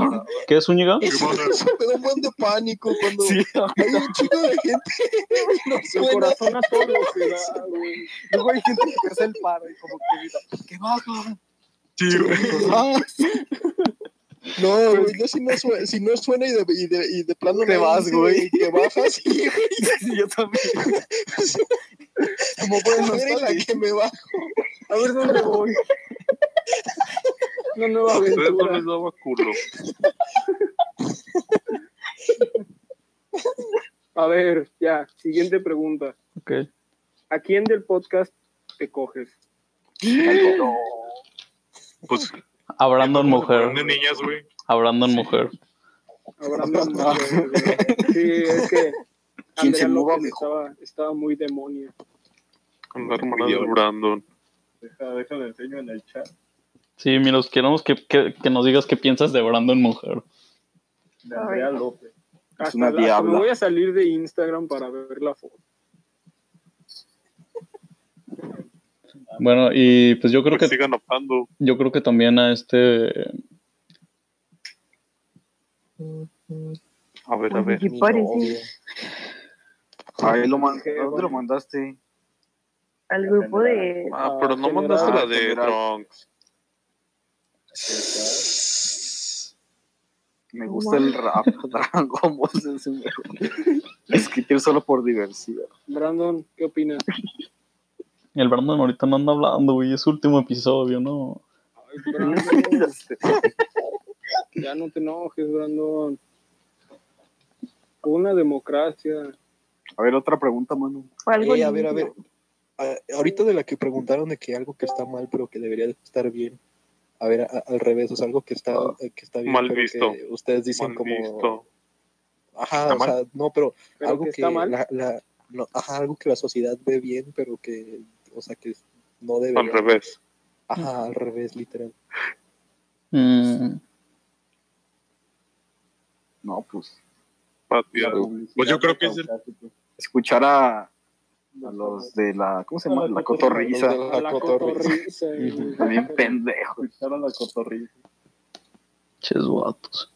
[SPEAKER 4] ¿qué es Zúñiga?
[SPEAKER 7] me da un buen de pánico cuando
[SPEAKER 2] Sí,
[SPEAKER 7] hay un chico de gente y no
[SPEAKER 6] Tu
[SPEAKER 7] suena.
[SPEAKER 6] corazón a todo se da, güey.
[SPEAKER 2] luego hay gente que hace el paro y como que grita, que baja.
[SPEAKER 9] Sí, güey. Pues
[SPEAKER 7] Ah. No, güey, yo si no, suena, si no suena y de, y de, y de plano
[SPEAKER 2] Te
[SPEAKER 7] no
[SPEAKER 2] vas,
[SPEAKER 7] dice
[SPEAKER 2] güey.
[SPEAKER 7] y Te bajas y
[SPEAKER 2] Sí, yo también.
[SPEAKER 7] como pueden ver la que me va.
[SPEAKER 6] A ver dónde voy. Una nueva
[SPEAKER 9] Ustedes no
[SPEAKER 6] aventura.
[SPEAKER 9] les daba culo.
[SPEAKER 6] A ver, ya, siguiente pregunta.
[SPEAKER 4] Ok.
[SPEAKER 6] ¿A quién del podcast te coges?
[SPEAKER 9] Pues,
[SPEAKER 4] A Brandon
[SPEAKER 9] De
[SPEAKER 4] Mujer,
[SPEAKER 9] niñas, güey.
[SPEAKER 4] a Brandon Mujer.
[SPEAKER 6] Hablando Sí, es que.
[SPEAKER 2] Quien Ah. se
[SPEAKER 6] Andrea
[SPEAKER 2] mueva
[SPEAKER 6] López estaba, estaba muy demonia.
[SPEAKER 9] Con la hermana de Brandon.
[SPEAKER 4] Sí, mira, os queremos que, que- que nos digas qué piensas de Brandon Mujer.
[SPEAKER 5] Ay,
[SPEAKER 6] Hasta
[SPEAKER 2] una
[SPEAKER 6] la- hasta
[SPEAKER 2] diabla.
[SPEAKER 6] Me voy a salir de Instagram para ver la foto.
[SPEAKER 4] Bueno, y pues yo creo
[SPEAKER 9] Que
[SPEAKER 4] que
[SPEAKER 9] sigan optando.
[SPEAKER 4] yo creo que también a este
[SPEAKER 9] A ver, a ver.
[SPEAKER 5] sí Pues, parece
[SPEAKER 2] Ahí lo mandé. ¿Dónde lo mandaste?
[SPEAKER 5] al grupo de...
[SPEAKER 9] Ah, pero no
[SPEAKER 6] general,
[SPEAKER 9] mandaste la de
[SPEAKER 2] general.
[SPEAKER 9] Trunks.
[SPEAKER 2] Me gusta el rap. Dragon Ball es un mejor. Escribir solo por diversión.
[SPEAKER 6] Brandon, ¿qué opinas?
[SPEAKER 4] El Brandon ahorita no anda hablando, güey. Es su último episodio, ¿no?
[SPEAKER 6] Ay, Brandon,
[SPEAKER 2] Este,
[SPEAKER 6] ya no te enojes, Brandon. Una democracia.
[SPEAKER 2] A ver, otra pregunta, mano.
[SPEAKER 5] fue algo
[SPEAKER 7] Ey, a ver, a ver.
[SPEAKER 5] limpio.
[SPEAKER 7] A- ahorita de la que preguntaron de que algo que está mal, pero que debería de estar bien. A ver, a- al revés, o sea, algo que está, eh, que está bien.
[SPEAKER 9] Ah, Mal
[SPEAKER 7] pero
[SPEAKER 9] visto.
[SPEAKER 7] que ustedes dicen
[SPEAKER 9] Mal
[SPEAKER 7] como.
[SPEAKER 9] visto.
[SPEAKER 7] Ajá,
[SPEAKER 9] Está
[SPEAKER 7] o sea, no, pero,
[SPEAKER 6] Pero
[SPEAKER 7] algo
[SPEAKER 6] que
[SPEAKER 7] que,
[SPEAKER 6] está mal.
[SPEAKER 7] La, la- no, ajá, algo que la sociedad ve bien, pero que, o sea, que no debería.
[SPEAKER 9] Al revés.
[SPEAKER 7] Ajá, al revés, literal.
[SPEAKER 4] Mm,
[SPEAKER 2] No, pues.
[SPEAKER 9] Pat, ya. Pues yo creo que es el-
[SPEAKER 2] Escuchar a, a los de la. ¿Cómo se llama? Ah, La cotorriza.
[SPEAKER 7] Los de
[SPEAKER 6] La cotorriza. güey.
[SPEAKER 2] También pendejo.
[SPEAKER 4] ches vatos.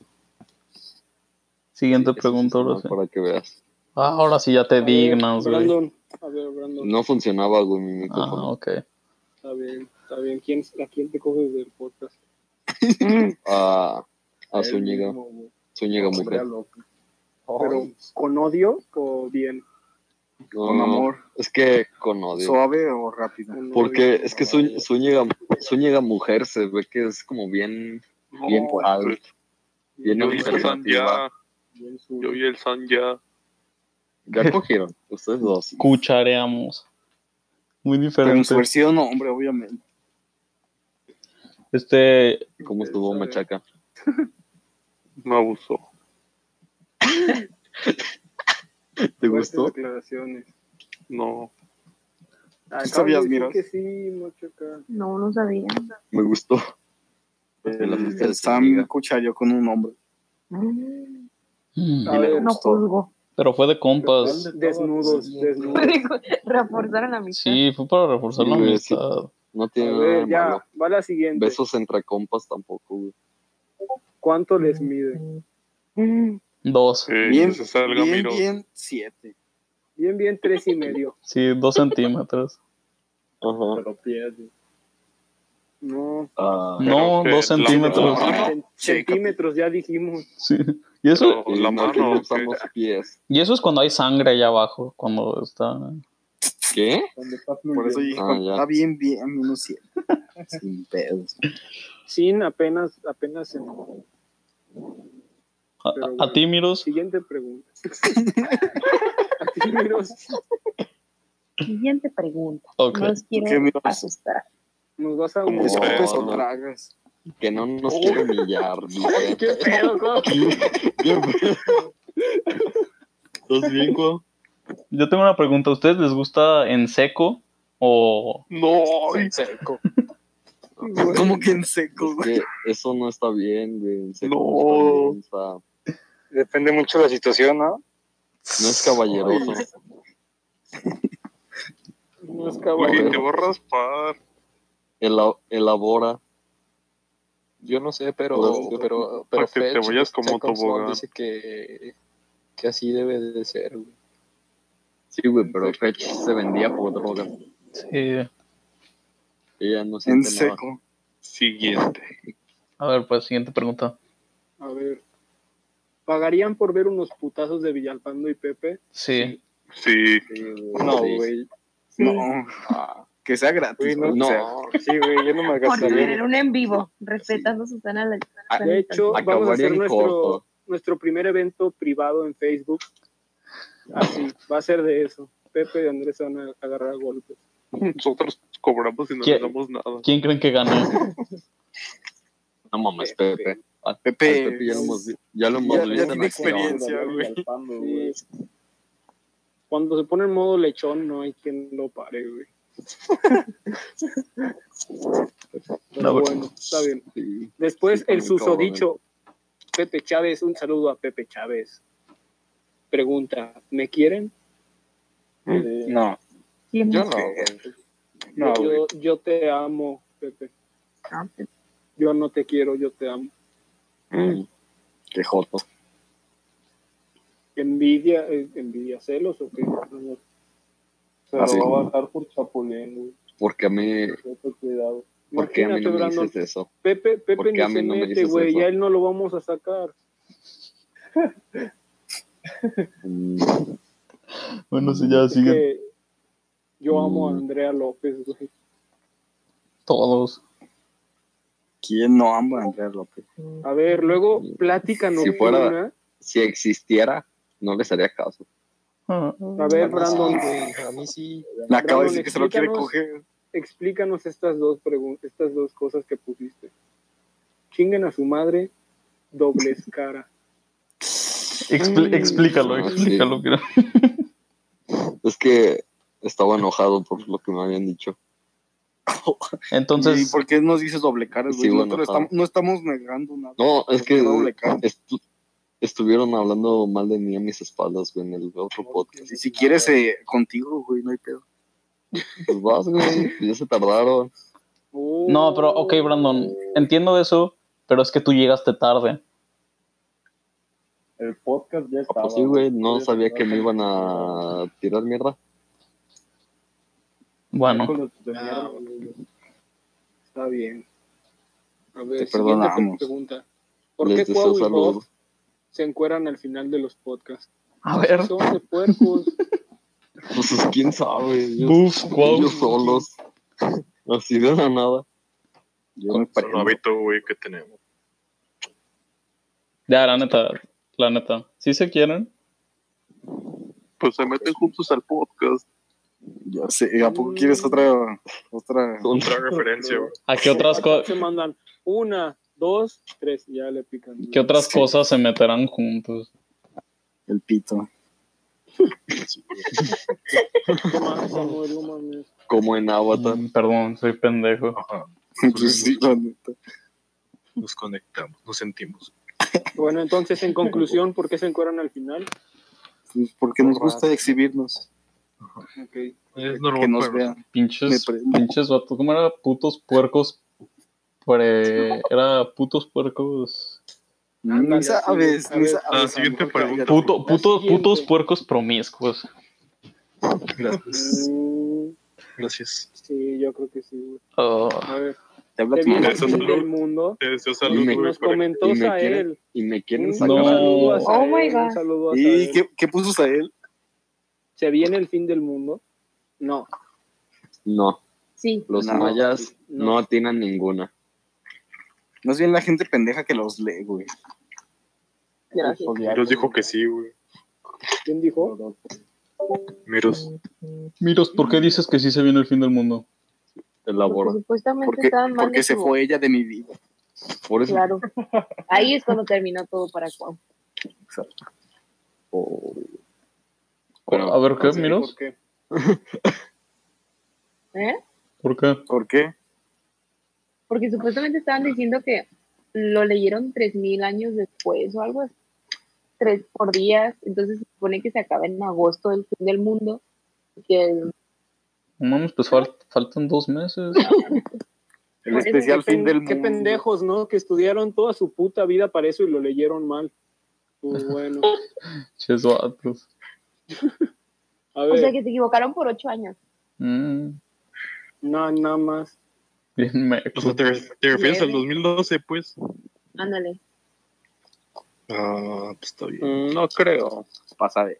[SPEAKER 4] Siguiente pregunta, ahora sí.
[SPEAKER 3] Para que veas.
[SPEAKER 4] Ah, ahora sí ya te
[SPEAKER 6] A ver,
[SPEAKER 4] dignas, güey.
[SPEAKER 6] Brandon, a ver, Brandon.
[SPEAKER 3] No funcionaba, güey, mi
[SPEAKER 4] Ah,
[SPEAKER 3] micrófono.
[SPEAKER 4] ok.
[SPEAKER 6] Está bien, está bien. ¿Quién, ¿A quién te coges del podcast?
[SPEAKER 3] A, a Zúñiga. Zúñiga mujer.
[SPEAKER 6] Pero, ¿con odio o bien?
[SPEAKER 3] No,
[SPEAKER 2] Con
[SPEAKER 3] no, no.
[SPEAKER 2] amor.
[SPEAKER 3] Es que con odio.
[SPEAKER 2] ¿Suave o rápido?
[SPEAKER 6] Con
[SPEAKER 3] Porque
[SPEAKER 6] odio.
[SPEAKER 3] es que Zú- Zúñiga, Zúñiga mujer se ve que es como bien, bien
[SPEAKER 9] No,
[SPEAKER 3] alt, bien
[SPEAKER 9] Yo vi el San
[SPEAKER 3] alternativa.
[SPEAKER 9] ya. Yo vi el San ya.
[SPEAKER 3] Ya cogieron, ustedes dos.
[SPEAKER 4] Cuchareamos. Muy
[SPEAKER 2] Pero en su
[SPEAKER 4] diferente.
[SPEAKER 2] versión, no, hombre, obviamente.
[SPEAKER 4] Este,
[SPEAKER 3] ¿Cómo estuvo Machaca?
[SPEAKER 9] Me abusó.
[SPEAKER 3] ¿Te
[SPEAKER 6] Fuertes
[SPEAKER 3] gustó?
[SPEAKER 6] declaraciones.
[SPEAKER 9] No.
[SPEAKER 2] ¿Tú
[SPEAKER 6] Acabo
[SPEAKER 2] sabías,
[SPEAKER 6] de decir
[SPEAKER 2] Miros?
[SPEAKER 6] Que sí, Mochoca.
[SPEAKER 5] No, no sabía.
[SPEAKER 3] Me gustó. En la
[SPEAKER 2] El,
[SPEAKER 3] fiesta de
[SPEAKER 2] el
[SPEAKER 3] su
[SPEAKER 2] Sam
[SPEAKER 3] amiga.
[SPEAKER 2] cucharió con un hombre.
[SPEAKER 5] Mm,
[SPEAKER 4] Mm,
[SPEAKER 6] A ver,
[SPEAKER 5] No juzgo.
[SPEAKER 4] Pero fue de compas.
[SPEAKER 6] desnudos, desnudos.
[SPEAKER 5] Reforzaron la amistad.
[SPEAKER 4] Sí, fue para reforzar la
[SPEAKER 3] Sí, güey, sí.
[SPEAKER 4] amistad.
[SPEAKER 3] No
[SPEAKER 6] A
[SPEAKER 3] tiene nada de
[SPEAKER 6] ver,
[SPEAKER 3] malo.
[SPEAKER 6] ya, va la siguiente.
[SPEAKER 3] Besos entre compas tampoco, güey.
[SPEAKER 6] ¿Cuánto les mide?
[SPEAKER 5] Mm,
[SPEAKER 4] Dos.
[SPEAKER 9] Eh,
[SPEAKER 2] Bien,
[SPEAKER 9] que se salga
[SPEAKER 2] bien,
[SPEAKER 9] Miro.
[SPEAKER 2] bien, siete.
[SPEAKER 6] Bien, bien, tres y medio.
[SPEAKER 4] Sí, dos centímetros.
[SPEAKER 3] Ajá.
[SPEAKER 2] Pero pierde.
[SPEAKER 6] No,
[SPEAKER 3] Ah,
[SPEAKER 4] No,
[SPEAKER 9] Pero,
[SPEAKER 4] dos
[SPEAKER 9] ¿qué? ¿La
[SPEAKER 4] centímetros.
[SPEAKER 9] mano?
[SPEAKER 6] cen- centímetros ya dijimos.
[SPEAKER 4] Sí. Y eso,
[SPEAKER 9] Pero, la
[SPEAKER 3] y no, que no
[SPEAKER 9] mano.
[SPEAKER 3] están
[SPEAKER 9] ¿qué?
[SPEAKER 3] los pies.
[SPEAKER 4] y eso es cuando hay sangre allá abajo, cuando está...
[SPEAKER 3] ¿Qué?
[SPEAKER 2] Por eso dije,
[SPEAKER 3] Ah,
[SPEAKER 2] cuando
[SPEAKER 3] ya.
[SPEAKER 2] está bien, bien, unos siete. Sin pedos.
[SPEAKER 6] Sin apenas, apenas. en-
[SPEAKER 4] A,
[SPEAKER 6] Pero
[SPEAKER 4] a-
[SPEAKER 6] bueno.
[SPEAKER 4] a ti, Miros,
[SPEAKER 6] Siguiente pregunta. A ti, Miros,
[SPEAKER 5] Siguiente pregunta.
[SPEAKER 4] Ok.
[SPEAKER 5] No los
[SPEAKER 2] ¿Qué,
[SPEAKER 5] quiero
[SPEAKER 2] Miros?
[SPEAKER 5] asustar.
[SPEAKER 6] nos vas a
[SPEAKER 9] Como
[SPEAKER 6] humillar.
[SPEAKER 9] sea.
[SPEAKER 2] Escupes
[SPEAKER 3] Ah, no,
[SPEAKER 2] o
[SPEAKER 3] no.
[SPEAKER 2] tragas.
[SPEAKER 3] Que no nos quiere humillar.
[SPEAKER 6] Ay,
[SPEAKER 3] dice.
[SPEAKER 6] ¿Qué pedo, cómo?
[SPEAKER 9] ¿Estás bien, Cuau?
[SPEAKER 4] yo tengo una pregunta. ¿A ustedes les gusta en seco o...?
[SPEAKER 9] No, ay,
[SPEAKER 2] Como que en seco,
[SPEAKER 3] Es
[SPEAKER 2] güey.
[SPEAKER 3] que eso no está bien, güey. en serio,
[SPEAKER 9] No.
[SPEAKER 3] no está bien,
[SPEAKER 8] Depende mucho de la situación, ¿no?
[SPEAKER 3] está- no es caballeroso.
[SPEAKER 6] No es
[SPEAKER 9] güey,
[SPEAKER 6] caballo.
[SPEAKER 9] te voy a raspar.
[SPEAKER 3] Ela- elabora.
[SPEAKER 7] Yo no sé, pero,
[SPEAKER 3] Pues,
[SPEAKER 7] pero,
[SPEAKER 9] para
[SPEAKER 7] pero
[SPEAKER 9] que te
[SPEAKER 7] Fetch,
[SPEAKER 9] vayas como
[SPEAKER 7] Second Son,
[SPEAKER 9] tobogán.
[SPEAKER 7] dice que, que así debe de ser, güey.
[SPEAKER 3] Sí, güey, pero Fetch se vendía por droga.
[SPEAKER 4] Sí.
[SPEAKER 3] Ella no siente
[SPEAKER 2] En
[SPEAKER 3] nada.
[SPEAKER 2] seco.
[SPEAKER 9] Siguiente.
[SPEAKER 4] A ver, pues, siguiente pregunta.
[SPEAKER 6] A ver. ¿Pagarían por ver unos putazos de Villalpando y Pepe?
[SPEAKER 4] Sí.
[SPEAKER 9] Sí,
[SPEAKER 8] No,
[SPEAKER 3] Sí.
[SPEAKER 8] güey.
[SPEAKER 5] Sí.
[SPEAKER 2] No.
[SPEAKER 3] Ah.
[SPEAKER 2] Que sea
[SPEAKER 8] Güey,
[SPEAKER 2] gratis.
[SPEAKER 8] no,
[SPEAKER 2] güey, o sea,
[SPEAKER 8] no. Sí, güey, yo no me
[SPEAKER 5] Por tener
[SPEAKER 8] gastaría.
[SPEAKER 5] un en vivo, respetando a Susana la
[SPEAKER 3] Ah,
[SPEAKER 6] De hecho, vamos a
[SPEAKER 3] Acabaría
[SPEAKER 6] hacer
[SPEAKER 3] en
[SPEAKER 6] nuestro,
[SPEAKER 3] corto.
[SPEAKER 6] nuestro primer evento privado en Facebook. Así, va a ser de eso. Pepe y Andrés se van a agarrar a golpes.
[SPEAKER 9] nosotros cobramos y no
[SPEAKER 4] ¿Qué?
[SPEAKER 9] le damos nada.
[SPEAKER 4] ¿Quién creen que gane?
[SPEAKER 3] No mames, Pepe. A- al
[SPEAKER 2] Pepe.
[SPEAKER 3] Pepe ya lo hemos vi- ya lo hemos
[SPEAKER 2] Ya,
[SPEAKER 3] visto
[SPEAKER 2] ya
[SPEAKER 3] en
[SPEAKER 2] tiene
[SPEAKER 3] acción.
[SPEAKER 2] experiencia, güey.
[SPEAKER 6] Sí. Cuando se pone en modo lechón, no hay quien lo pare, güey. Pero
[SPEAKER 4] No, güey.
[SPEAKER 6] bueno, está bien.
[SPEAKER 3] Sí.
[SPEAKER 6] Después,
[SPEAKER 3] Sí,
[SPEAKER 6] el
[SPEAKER 3] está muy cabrón,
[SPEAKER 6] susodicho Pepe Chávez, un saludo a Pepe Chávez. Pregunta, ¿me quieren? Eh,
[SPEAKER 8] No,
[SPEAKER 5] ¿Quién
[SPEAKER 8] yo
[SPEAKER 5] es?
[SPEAKER 8] no, güey. No,
[SPEAKER 6] No,
[SPEAKER 8] güey.
[SPEAKER 6] yo, yo te amo, Pepe.
[SPEAKER 5] Ah, Pepe.
[SPEAKER 6] Yo no te quiero, yo te amo.
[SPEAKER 5] Mm.
[SPEAKER 3] Qué joto.
[SPEAKER 6] Envidia, eh, envidia, celos o qué? No,
[SPEAKER 8] Pero
[SPEAKER 3] Así.
[SPEAKER 6] va a bajar por chapulín, güey.
[SPEAKER 3] Porque a mí,
[SPEAKER 6] Pepe, cuidado.
[SPEAKER 3] ¿por qué a mí
[SPEAKER 6] Imagínate,
[SPEAKER 3] no me
[SPEAKER 6] Brandon,
[SPEAKER 3] dices eso?
[SPEAKER 6] Pepe, Pepe
[SPEAKER 3] ¿Por qué
[SPEAKER 6] ni
[SPEAKER 3] a mí
[SPEAKER 6] se
[SPEAKER 3] no me
[SPEAKER 6] mete,
[SPEAKER 3] dices
[SPEAKER 6] güey.
[SPEAKER 3] eso?
[SPEAKER 6] Ya él no lo vamos a sacar.
[SPEAKER 3] Mm,
[SPEAKER 4] Bueno, sí,
[SPEAKER 3] Ah,
[SPEAKER 4] ya
[SPEAKER 6] Es
[SPEAKER 4] siguen
[SPEAKER 6] que yo amo a
[SPEAKER 3] Mm.
[SPEAKER 6] Andrea López, güey.
[SPEAKER 4] todos.
[SPEAKER 2] ¿Quién no ama a Andrea López?
[SPEAKER 6] A ver, luego plática
[SPEAKER 3] Si
[SPEAKER 6] nocturna.
[SPEAKER 3] fuera- Si existiera, no les haría caso.
[SPEAKER 4] Ah,
[SPEAKER 6] A ver, Brandon,
[SPEAKER 7] güey, a mí sí.
[SPEAKER 2] Le acabo de
[SPEAKER 6] Brandon,
[SPEAKER 2] decir que se lo quiere
[SPEAKER 6] explícanos.
[SPEAKER 2] coger.
[SPEAKER 6] explícanos estas dos preguntas, estas dos cosas que pusiste. Chinguen a su madre, dobles cara.
[SPEAKER 4] expl- explícalo,
[SPEAKER 3] Ah, sí.
[SPEAKER 4] explícalo. mira.
[SPEAKER 3] Es que estaba enojado por lo que me habían dicho.
[SPEAKER 2] ¿Y
[SPEAKER 4] Entonces,
[SPEAKER 2] por qué nos dices doble cara, güey?
[SPEAKER 3] Sí, bueno,
[SPEAKER 2] Nosotros
[SPEAKER 3] ajá.
[SPEAKER 2] estamos- no estamos negando nada.
[SPEAKER 3] No, es que
[SPEAKER 2] doble cara.
[SPEAKER 3] estu- estuvieron hablando mal de mí a mis espaldas, güey, en el otro podcast.
[SPEAKER 2] Y si quieres eh, contigo, güey, no hay pedo.
[SPEAKER 3] Pues vas, güey, ya se tardaron.
[SPEAKER 4] no, pero ok,
[SPEAKER 6] Oh,
[SPEAKER 4] Brandon, entiendo eso, pero es que tú llegaste tarde.
[SPEAKER 2] El podcast ya
[SPEAKER 3] Ah, Pues sí, güey, no sabía que me iban a tirar mierda.
[SPEAKER 4] Bueno,
[SPEAKER 6] Ah, bueno. Está bien. A ver,
[SPEAKER 2] Te
[SPEAKER 6] siguiente
[SPEAKER 2] perdonamos.
[SPEAKER 6] pregunta. ¿Por
[SPEAKER 3] Les
[SPEAKER 6] qué
[SPEAKER 3] deseo
[SPEAKER 6] Cuau y Bob
[SPEAKER 3] saludos.
[SPEAKER 6] se encueran al final de los podcasts?
[SPEAKER 4] a ver.
[SPEAKER 6] Son de puercos.
[SPEAKER 3] Pues quién sabe, ellos,
[SPEAKER 4] Uf, wow.
[SPEAKER 3] ellos solos. Así de la nada.
[SPEAKER 2] Yo me
[SPEAKER 9] Es un
[SPEAKER 2] prendo.
[SPEAKER 9] hábito, güey, que tenemos.
[SPEAKER 4] Ya, la neta, la neta. ¿Sí se quieren?
[SPEAKER 9] Pues se meten juntos al podcast.
[SPEAKER 2] Ya sé, ¿a poco quieres otra? otra?
[SPEAKER 3] Son-
[SPEAKER 9] Otra referencia, güey.
[SPEAKER 4] ¿A qué otras, co-
[SPEAKER 6] se mandan una, dos, tres, y ya le pican.
[SPEAKER 4] qué otras
[SPEAKER 2] Sí.
[SPEAKER 4] cosas se meterán juntos?
[SPEAKER 2] El pito.
[SPEAKER 6] No mames, Samuel, no mames.
[SPEAKER 3] Como en Avatar.
[SPEAKER 4] Mm, Perdón, soy pendejo.
[SPEAKER 9] Ajá.
[SPEAKER 8] Pues sí, la neta.
[SPEAKER 9] Nos conectamos, nos sentimos.
[SPEAKER 6] Bueno, entonces, en conclusión, ¿por qué se encuentran al final?
[SPEAKER 8] Pues, Porque nos gusta exhibirnos.
[SPEAKER 6] Ok.
[SPEAKER 9] Es
[SPEAKER 8] Que
[SPEAKER 9] normal,
[SPEAKER 8] nos
[SPEAKER 9] pero
[SPEAKER 8] vean.
[SPEAKER 4] Pinches,
[SPEAKER 8] Me prendo.
[SPEAKER 4] pinches vatos. ¿Cómo era? Putos puercos. puere- Era putos puercos.
[SPEAKER 8] Ni sabes,
[SPEAKER 6] a
[SPEAKER 8] ni
[SPEAKER 6] ver,
[SPEAKER 8] sabes.
[SPEAKER 9] la Ah, siguiente
[SPEAKER 8] Samuel,
[SPEAKER 9] pregunta.
[SPEAKER 8] cállate.
[SPEAKER 4] Puto, puto,
[SPEAKER 6] siguiente.
[SPEAKER 4] putos puercos promiscuos.
[SPEAKER 9] gracias.
[SPEAKER 6] Mm,
[SPEAKER 9] Gracias.
[SPEAKER 6] sí, yo creo que sí. güey.
[SPEAKER 4] Oh,
[SPEAKER 6] A ver,
[SPEAKER 8] Te habla
[SPEAKER 6] te
[SPEAKER 8] tu
[SPEAKER 6] viene
[SPEAKER 8] madre.
[SPEAKER 9] Eso
[SPEAKER 6] el fin
[SPEAKER 9] no.
[SPEAKER 6] del mundo.
[SPEAKER 9] Te deseo
[SPEAKER 6] Y
[SPEAKER 9] salud,
[SPEAKER 3] me-
[SPEAKER 9] güey,
[SPEAKER 6] nos
[SPEAKER 9] para que-
[SPEAKER 6] comentó
[SPEAKER 3] y me quiere-
[SPEAKER 6] Sael.
[SPEAKER 3] Y me
[SPEAKER 6] Un
[SPEAKER 3] quieren sacar.
[SPEAKER 6] saludo a
[SPEAKER 4] No.
[SPEAKER 6] Sael,
[SPEAKER 5] Oh my God.
[SPEAKER 6] un saludo a
[SPEAKER 8] ¿Y
[SPEAKER 6] Sael.
[SPEAKER 8] qué, qué puso Sael?
[SPEAKER 6] ¿Se viene el fin del mundo? No.
[SPEAKER 3] No,
[SPEAKER 5] Sí.
[SPEAKER 3] los
[SPEAKER 8] No.
[SPEAKER 3] mayas
[SPEAKER 6] No.
[SPEAKER 3] no. atinan ninguna.
[SPEAKER 8] Más bien la gente pendeja que los lee, güey.
[SPEAKER 5] Gracias.
[SPEAKER 9] Miros dijo que sí, güey.
[SPEAKER 6] ¿Quién dijo?
[SPEAKER 9] Miros.
[SPEAKER 4] Miros, ¿por qué dices que sí se viene el fin del mundo?
[SPEAKER 5] Porque
[SPEAKER 3] Elabora.
[SPEAKER 5] supuestamente
[SPEAKER 8] Porque,
[SPEAKER 5] estaban mal.
[SPEAKER 8] porque
[SPEAKER 5] de
[SPEAKER 8] se
[SPEAKER 5] su-
[SPEAKER 8] fue ella de mi vida.
[SPEAKER 3] Por eso.
[SPEAKER 5] Claro. Ahí es cuando terminó todo para Cuau.
[SPEAKER 3] o-
[SPEAKER 4] Oh, a ver, ¿qué, Miros?
[SPEAKER 6] ¿Por qué?
[SPEAKER 5] ¿Eh?
[SPEAKER 4] ¿Por qué?
[SPEAKER 8] ¿Por qué?
[SPEAKER 5] Porque supuestamente estaban diciendo que lo leyeron 3.000 años después o algo así. Tres por días. Entonces se supone que se acaba en agosto el fin del mundo. Que
[SPEAKER 4] No mames, pues fal- faltan dos meses.
[SPEAKER 8] El
[SPEAKER 5] Por eso,
[SPEAKER 8] especial
[SPEAKER 6] Qué
[SPEAKER 8] fin
[SPEAKER 6] pen-
[SPEAKER 8] del mundo.
[SPEAKER 6] Qué pendejos, ¿no? Que estudiaron toda su puta vida para eso y lo leyeron mal. Pues bueno.
[SPEAKER 4] Ches vatos.
[SPEAKER 6] A
[SPEAKER 5] O sea
[SPEAKER 6] ver,
[SPEAKER 5] que se equivocaron por ocho años.
[SPEAKER 4] Mm,
[SPEAKER 6] no, nada más.
[SPEAKER 4] bien
[SPEAKER 9] O
[SPEAKER 4] mecos.
[SPEAKER 9] sea, te, re- te refieres al 2012, pues.
[SPEAKER 5] Ándale.
[SPEAKER 9] Ah, pues está bien.
[SPEAKER 8] Mm, No creo. Pasa de.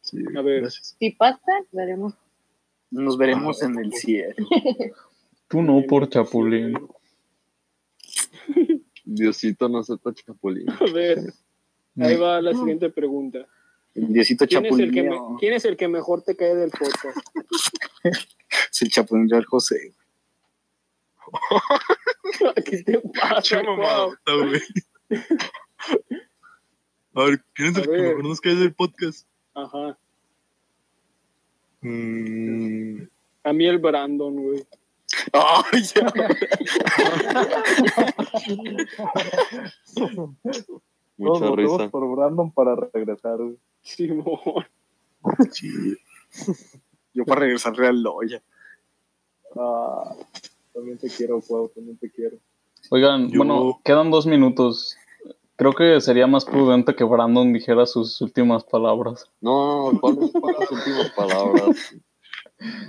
[SPEAKER 9] Sí,
[SPEAKER 6] A ver.
[SPEAKER 9] gracias.
[SPEAKER 5] Si pasa, veremos.
[SPEAKER 8] Nos veremos en el cielo.
[SPEAKER 4] Tú no por chapulín.
[SPEAKER 3] Diosito no acepta chapulín.
[SPEAKER 6] A ver,
[SPEAKER 4] Mm.
[SPEAKER 6] ahí va la siguiente pregunta.
[SPEAKER 8] El Diosito
[SPEAKER 6] ¿Quién es,
[SPEAKER 8] Chapulín.
[SPEAKER 6] el que me- quién es el que mejor te cae del podcast?
[SPEAKER 8] Es el Chapulín Real José.
[SPEAKER 6] ¿Qué te
[SPEAKER 9] Che
[SPEAKER 6] pasa? Cuau?
[SPEAKER 9] mamadota, güey. A ver, ¿quién es
[SPEAKER 6] A
[SPEAKER 9] el que
[SPEAKER 6] ver.
[SPEAKER 9] mejor nos cae del podcast?
[SPEAKER 6] Ajá.
[SPEAKER 9] Mm,
[SPEAKER 6] A mí el Brandon, güey.
[SPEAKER 8] Ay, ya.
[SPEAKER 3] Mucha
[SPEAKER 2] Todos votamos
[SPEAKER 3] risa.
[SPEAKER 2] por Brandon para regresar, güey.
[SPEAKER 6] Simón.
[SPEAKER 8] Yo para regresar Real Loya.
[SPEAKER 2] Ah, también te quiero, Cuau, también te quiero.
[SPEAKER 4] Oigan,
[SPEAKER 9] Yo-
[SPEAKER 4] bueno, quedan dos minutos. Creo que sería más prudente que Brandon dijera sus últimas palabras.
[SPEAKER 3] No, ¿cuáles son las últimas palabras?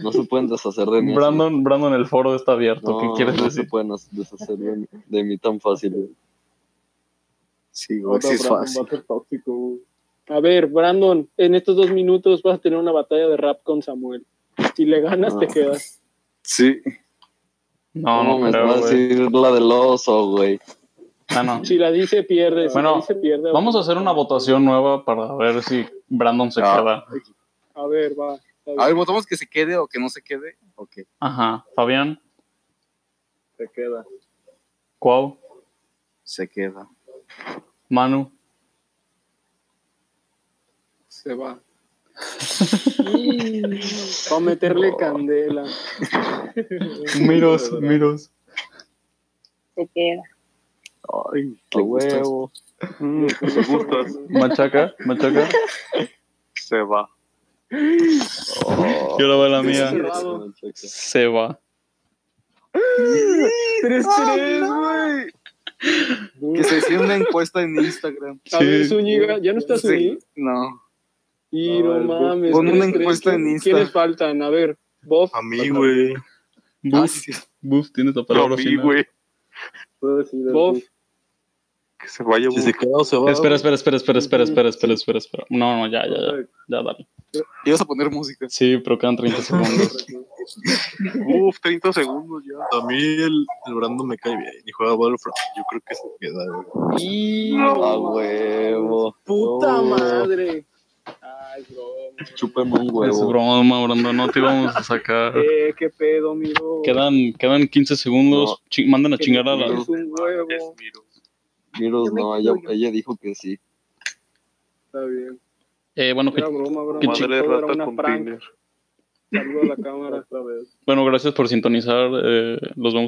[SPEAKER 3] No se pueden deshacer de mí. así.
[SPEAKER 4] Brandon, Brandon, el foro está abierto.
[SPEAKER 3] Pues no,
[SPEAKER 4] ¿Qué quieres
[SPEAKER 3] no se
[SPEAKER 4] decir?
[SPEAKER 3] pueden as- deshacer de mí, de mí tan fácil.
[SPEAKER 8] Sí, güey,
[SPEAKER 2] Ahora
[SPEAKER 8] sí es
[SPEAKER 2] Brandon
[SPEAKER 8] fácil.
[SPEAKER 2] va a ser tóxico, güey.
[SPEAKER 6] A ver, Brandon, en estos dos minutos vas a tener una batalla de rap con Samuel. Si le ganas, te
[SPEAKER 3] Ah.
[SPEAKER 6] quedas.
[SPEAKER 8] Sí.
[SPEAKER 4] No,
[SPEAKER 3] ¿Cómo
[SPEAKER 4] no
[SPEAKER 3] me
[SPEAKER 4] creo,
[SPEAKER 3] vas a
[SPEAKER 4] güey.
[SPEAKER 3] decir la del oso, güey?
[SPEAKER 4] Ah, no.
[SPEAKER 6] Si la dice, pierdes.
[SPEAKER 4] Bueno,
[SPEAKER 6] si la dice, pierde.
[SPEAKER 4] Vamos a hacer una votación nueva para ver si Brandon se
[SPEAKER 8] Ah.
[SPEAKER 4] queda.
[SPEAKER 6] A ver, va. está bien.
[SPEAKER 8] A ver, votamos que se quede o que no se quede. Ok.
[SPEAKER 4] Ajá. Fabián,
[SPEAKER 2] Se queda.
[SPEAKER 4] Cuau,
[SPEAKER 8] Se queda.
[SPEAKER 4] Manu,
[SPEAKER 6] Se va. Para meterle candela.
[SPEAKER 4] Miros, Miros.
[SPEAKER 5] Se queda.
[SPEAKER 8] Ay,
[SPEAKER 3] A huevo.
[SPEAKER 9] me gustas.
[SPEAKER 4] Machaca, Machaca.
[SPEAKER 9] Se va.
[SPEAKER 4] Y ahora va la mía.
[SPEAKER 6] Cerrado.
[SPEAKER 4] Se va.
[SPEAKER 6] Tres,
[SPEAKER 4] ¡Oh,
[SPEAKER 6] tres,
[SPEAKER 8] Que se hiciera una encuesta en Instagram.
[SPEAKER 6] A ver, Zúñiga, ¿ya no estás
[SPEAKER 8] Sí.
[SPEAKER 6] ahí?
[SPEAKER 8] No.
[SPEAKER 6] Y no,
[SPEAKER 2] No, el-
[SPEAKER 6] mames.
[SPEAKER 8] pon una
[SPEAKER 6] tres, tres.
[SPEAKER 8] encuesta en
[SPEAKER 6] ¿Quién-
[SPEAKER 8] Insta.
[SPEAKER 6] ¿Quiénes faltan? A ver, Bob.
[SPEAKER 9] A mí, güey.
[SPEAKER 8] Ah,
[SPEAKER 4] Buf,
[SPEAKER 8] sí.
[SPEAKER 4] buf, tienes la
[SPEAKER 9] A
[SPEAKER 4] palabra
[SPEAKER 9] mí,
[SPEAKER 4] final.
[SPEAKER 9] güey.
[SPEAKER 2] Puedo decir
[SPEAKER 6] Bob.
[SPEAKER 9] Que se vaya,
[SPEAKER 7] Si
[SPEAKER 9] güey.
[SPEAKER 7] se queda o se va.
[SPEAKER 4] Espera, espera, espera, espera, espera, espera, espera, espera, espera. No, no, ya, ya, ya. Ya, dale.
[SPEAKER 8] Ibas a poner música.
[SPEAKER 4] Sí, pero quedan 30 segundos.
[SPEAKER 9] Uf, 30 segundos ya. A mí el, el Brandon me cae bien y juega Battlefront. Yo creo que se queda, güey.
[SPEAKER 6] Y...
[SPEAKER 3] A huevo.
[SPEAKER 6] Puta
[SPEAKER 3] No.
[SPEAKER 6] madre. Ay, bro.
[SPEAKER 3] Chúpame un
[SPEAKER 4] Es
[SPEAKER 3] huevo.
[SPEAKER 4] broma, Brandon, no te íbamos a sacar.
[SPEAKER 6] Eh, qué pedo, mi bro.
[SPEAKER 4] Quedan, quedan 15 segundos. Chi- mandan a
[SPEAKER 6] Que
[SPEAKER 4] chingar a
[SPEAKER 6] me
[SPEAKER 4] la.
[SPEAKER 6] Es un huevo.
[SPEAKER 9] Es Miros.
[SPEAKER 3] Miros,
[SPEAKER 5] Yo me
[SPEAKER 3] no, ella,
[SPEAKER 5] incluyo.
[SPEAKER 3] ella dijo que sí.
[SPEAKER 6] Está bien.
[SPEAKER 4] Eh, bueno, que-
[SPEAKER 6] Era broma, broma.
[SPEAKER 4] Qué
[SPEAKER 9] Madre
[SPEAKER 6] Todo era
[SPEAKER 9] rata
[SPEAKER 6] una
[SPEAKER 9] con
[SPEAKER 6] prank.
[SPEAKER 9] Tinder.
[SPEAKER 6] Saludo a la cámara.
[SPEAKER 4] bueno, gracias por sintonizar. eh, los vemos.